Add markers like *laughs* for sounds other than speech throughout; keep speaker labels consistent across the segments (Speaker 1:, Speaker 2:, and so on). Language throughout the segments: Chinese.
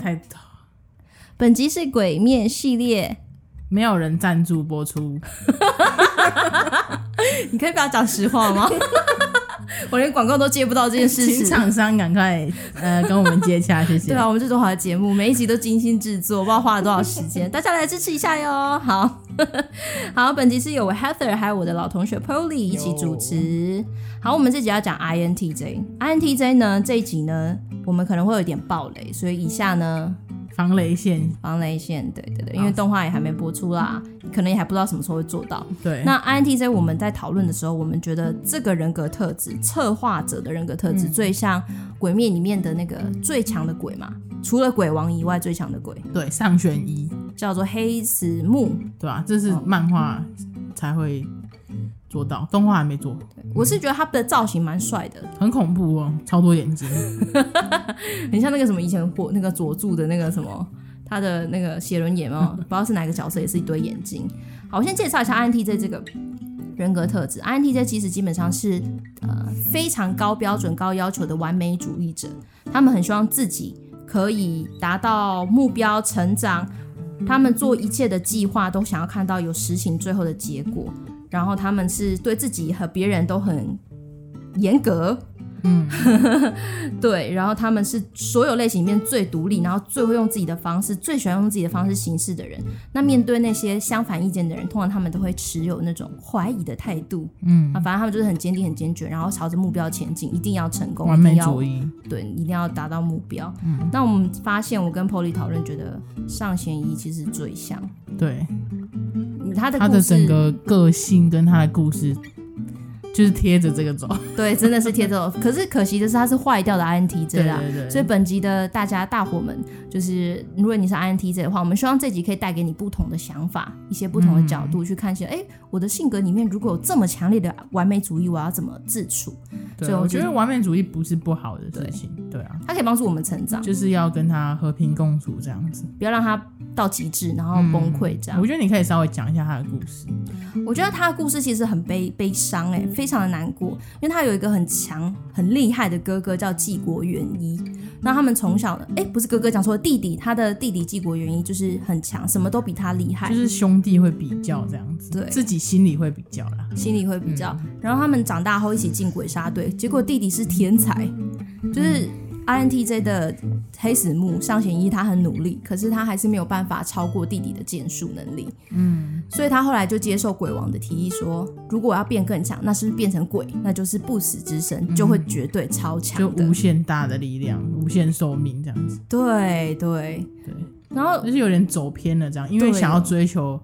Speaker 1: 太
Speaker 2: 本集是《鬼面》系列，
Speaker 1: 没有人赞助播出，
Speaker 2: 你可以不要讲实话吗？ *laughs* 我连广告都接不到这件事
Speaker 1: 请
Speaker 2: 情。
Speaker 1: 厂商赶快呃跟我们接洽，谢谢。
Speaker 2: 对啊，我们这种好的节目，每一集都精心制作，不知道花了多少时 *laughs* 间，大家来支持一下哟。好， *laughs* 好，本集是由我 Heather 还有我的老同学 Polly 一起主持。好，我们这集要讲 INTJ。INTJ 呢，这一集呢，我们可能会有一点暴雷，所以以下呢，
Speaker 1: 防雷线，
Speaker 2: 防雷线，对对对，因为动画也还没播出啦，可能也还不知道什么时候会做到。
Speaker 1: 对，
Speaker 2: 那 INTJ 我们在讨论的时候，我们觉得这个人格特质，策划者的人格特质、最像《鬼面》里面的那个最强的鬼嘛，除了鬼王以外最强的鬼
Speaker 1: 对上选一，
Speaker 2: 叫做黑子木。
Speaker 1: 对吧、这
Speaker 2: 哦
Speaker 1: 是漫画才会做到，动画还没做，
Speaker 2: 我是觉得他的造型蛮帅的，
Speaker 1: 很恐怖哦，超多眼睛。
Speaker 2: 很像那个什么以前火那个佐助的那个什么。他的那个写轮眼哦，不知道是哪个角色，也是一堆眼睛。好，我先介绍一下 INTJ 这个人格特质。INTJ 其实基本上是呃非常高标准、高要求的完美主义者，他们很希望自己可以达到目标、成长，他们做一切的计划都想要看到有实行最后的结果，然后他们是对自己和别人都很严格。嗯， *laughs* 对，然后他们是所有类型里面最独立，然后最会用自己的方式，最喜欢用自己的方式行事的人。那面对那些相反意见的人，通常他们都会持有那种怀疑的态度。嗯，啊，反正他们就是很坚定、很坚决，然后朝着目标前进，一定要成功，
Speaker 1: 完
Speaker 2: 一定
Speaker 1: 美
Speaker 2: 要
Speaker 1: 主义，
Speaker 2: 对，你一定要达到目标。嗯，那我们发现，我跟 Polly 讨论，觉得上弦一其实最像
Speaker 1: 对
Speaker 2: 嗯他的
Speaker 1: 他
Speaker 2: 故
Speaker 1: 的
Speaker 2: 事，
Speaker 1: 整个个性跟他的故事，就是贴着这个走。
Speaker 2: 对，真的是
Speaker 1: *laughs*
Speaker 2: 贴着。可是可惜的是，他是坏掉的 INTJ
Speaker 1: 对
Speaker 2: 啦。
Speaker 1: 对对，
Speaker 2: 所以本集的大家大伙们，就是如果你是 INTJ 的话，我们希望这集可以带给你不同的想法，一些不同的角
Speaker 1: 嗯
Speaker 2: 度去看一些，哎、我的性格里面如果有这么强烈的完美主义，我要怎么自处？
Speaker 1: 对
Speaker 2: 所以我
Speaker 1: 我觉
Speaker 2: 就
Speaker 1: 得完美主义不是不好的事情，对啊，
Speaker 2: 它可以帮助我们成长，
Speaker 1: 就是要跟他和平共处这样子。
Speaker 2: 不要让它到极致，然后崩溃这样。
Speaker 1: 我觉得你可以稍微讲一下他的故事，
Speaker 2: 我觉得他的故事其实很悲悲伤，哎，非常的难过，因为他有一个很强、很厉害的哥哥叫纪国元一。那他们从小的，哎，不是哥哥讲说弟弟，他的弟弟纪国元一就是很强，什么都比他厉害
Speaker 1: 就，是兄弟会比较这样子，
Speaker 2: 对
Speaker 1: 自己心里会比较啦。
Speaker 2: 心里会比较。
Speaker 1: 嗯
Speaker 2: 然后他们长大后一起进鬼杀队，结果弟弟是天才，就是 INTJ 的黑死木上弦一，他很努力，可是他还是没有办法超过弟弟的剑术能力。嗯，所以他后来就接受鬼王的提议说，如果我要变更强，那是不是变成鬼，那就是不死之身，就会绝对超
Speaker 1: 嗯就
Speaker 2: 强的。
Speaker 1: 无限大的力量，无限寿命这样子。
Speaker 2: 对对，
Speaker 1: 对，
Speaker 2: 然后
Speaker 1: 而且有点走偏了这样，因为
Speaker 2: 对
Speaker 1: 想要追求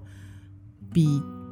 Speaker 1: 比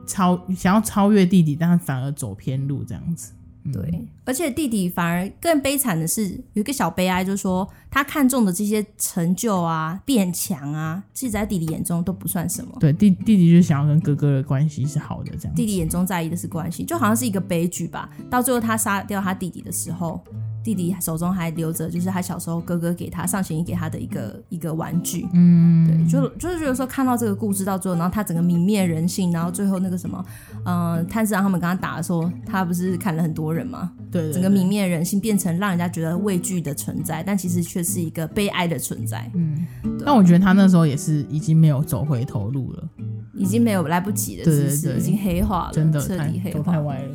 Speaker 1: 超想要超越弟弟，但他反而走偏路这样子。
Speaker 2: 对，而且弟弟反而更悲惨的是，有一个小悲哀，就是说他看中的这些成就啊、变强啊，其实在弟弟眼中都不算什么。
Speaker 1: 对，弟弟弟就是想要跟哥哥的关系是好的这样子。
Speaker 2: 弟弟眼中在意的是关系，就好像是一个悲剧吧。到最后他杀掉他弟弟的时候，弟弟手中还留着就是他小时候哥哥给他上弦一给他的一个一个玩具。嗯，对，就就是觉得说看到这个故事到最后，然后他整个泯灭人性，然后最后那个什么，嗯，炭治郎他们跟他打的时候，他不是砍了很多人吗？
Speaker 1: 对对
Speaker 2: 整个
Speaker 1: 对
Speaker 2: 泯灭人性，变成让人家觉得畏惧的存在，但其实却是一个悲哀的存在，
Speaker 1: 嗯但我觉得他那时候也是已经没有走回头路了，
Speaker 2: 已经没有来不及了，
Speaker 1: 对
Speaker 2: 是
Speaker 1: 对
Speaker 2: 不是？
Speaker 1: 对
Speaker 2: 已经黑化了，
Speaker 1: 真的
Speaker 2: 彻
Speaker 1: 太
Speaker 2: 底黑
Speaker 1: 走
Speaker 2: 化
Speaker 1: 太，歪了。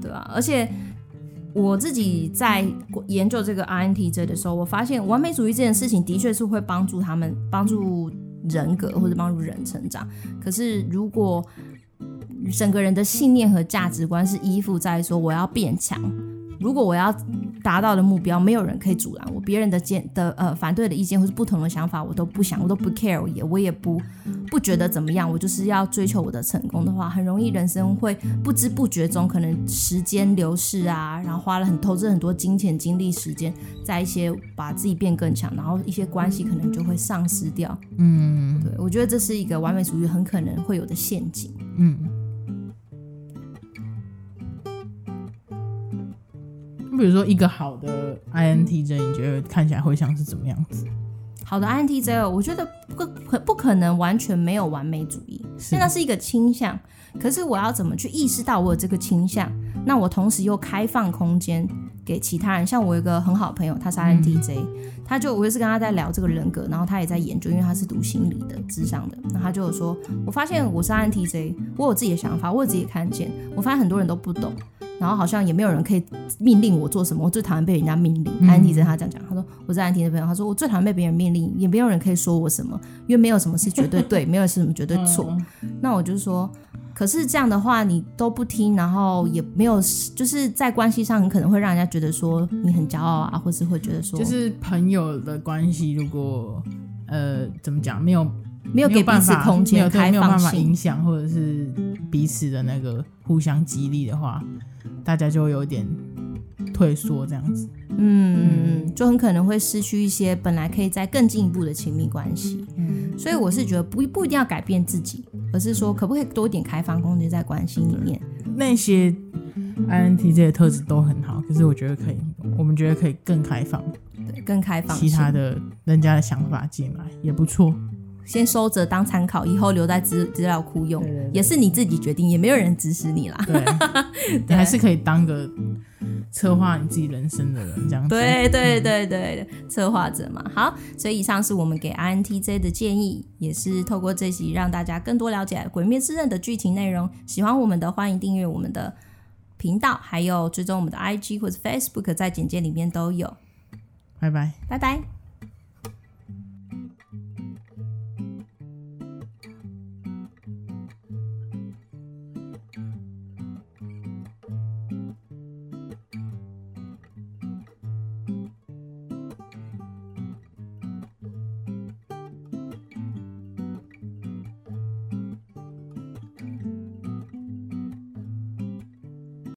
Speaker 2: 对吧、而且我自己在研究这个 INTJ 的时候，我发现完美主义这件事情的确是会帮助他们，帮助人格或者帮助人成长。可是如果整个人的信念和价值观是依附在说我要变强，如果我要达到的目标，没有人可以阻拦我，别人的见的呃反对的意见或是不同的想法，我都不想，我都不 care，我也我也不不觉得怎么样，我就是要追求我的成功的话，很容易人生会不知不觉中，可能时间流逝啊，然后花了很投资很多金钱、精力、时间在一些把自己变更强，然后一些关系可能就会丧失掉。嗯，对，我觉得这是一个完美主义很可能会有的陷阱。
Speaker 1: 比如说一个好的 INTJ，你觉得看起来会像是怎么样子？
Speaker 2: 好的 INTJ，哦我觉得不可不可能完全没有完美主义，
Speaker 1: 是
Speaker 2: 因为那是一个倾向。可是我要怎么去意识到我有这个倾向？那我同时又开放空间给其他人。像我有一个很好的朋友，他是 INTJ，、他就我也是跟他在聊这个人格，然后他也在研究，因为他是读心理的、智商的，那他就有说，我发现我是 INTJ，我有自己的想法，我有自己的看见，我发现很多人都不懂。然后好像也没有人可以命令我做什么，我最讨厌被人家命令。安迪在他这样讲，他说我是安迪的朋友，他说我最讨厌被别人命令，也没有人可以说我什么，因为没有什么是绝对对，没有什么绝对错。那我就说，可是这样的话你都不听，然后也没有，就是在关系上很可能会让人家觉得说你很骄傲啊，或是会觉得说
Speaker 1: 就是朋友的关系，如果呃怎么讲，没有
Speaker 2: 没有给彼
Speaker 1: 办
Speaker 2: 此
Speaker 1: 法
Speaker 2: 空
Speaker 1: 没
Speaker 2: 间、
Speaker 1: 有对
Speaker 2: 开
Speaker 1: 没有
Speaker 2: 放
Speaker 1: 办法
Speaker 2: 性
Speaker 1: 影。响或者是彼此的那个互相激励的话，大家就会有点退缩这样子。
Speaker 2: 嗯，就很可能会失去一些本来可以在更进一步的亲密关系。
Speaker 1: 嗯，
Speaker 2: 所以我是觉得不不一定要改变自己，而是说可不可以多一点开放空间在关系里面。
Speaker 1: 那些 INTJ 的特质都很好，可是我觉得可以，我们觉得可以更开放，
Speaker 2: 对，更开放性。
Speaker 1: 其他的人家的想法进来也不错。
Speaker 2: 先收着当参考，以后留在资资料库用
Speaker 1: 对对，对
Speaker 2: 也是你自己决定，也没有人指使你啦。
Speaker 1: 对，
Speaker 2: *laughs*
Speaker 1: 你还是可以当个策划你自己人生的人这样子。
Speaker 2: 对
Speaker 1: 嗯
Speaker 2: 对对对，策划者嘛。好，所以以上是我们给 INTJ 的建议，也是透过这集让大家更多了解《鬼灭之刃》的剧情内容。喜欢我们的，欢迎订阅我们的频道，还有追踪我们的 IG 或者 Facebook，在简介里面都有。
Speaker 1: 拜拜。
Speaker 2: 拜拜。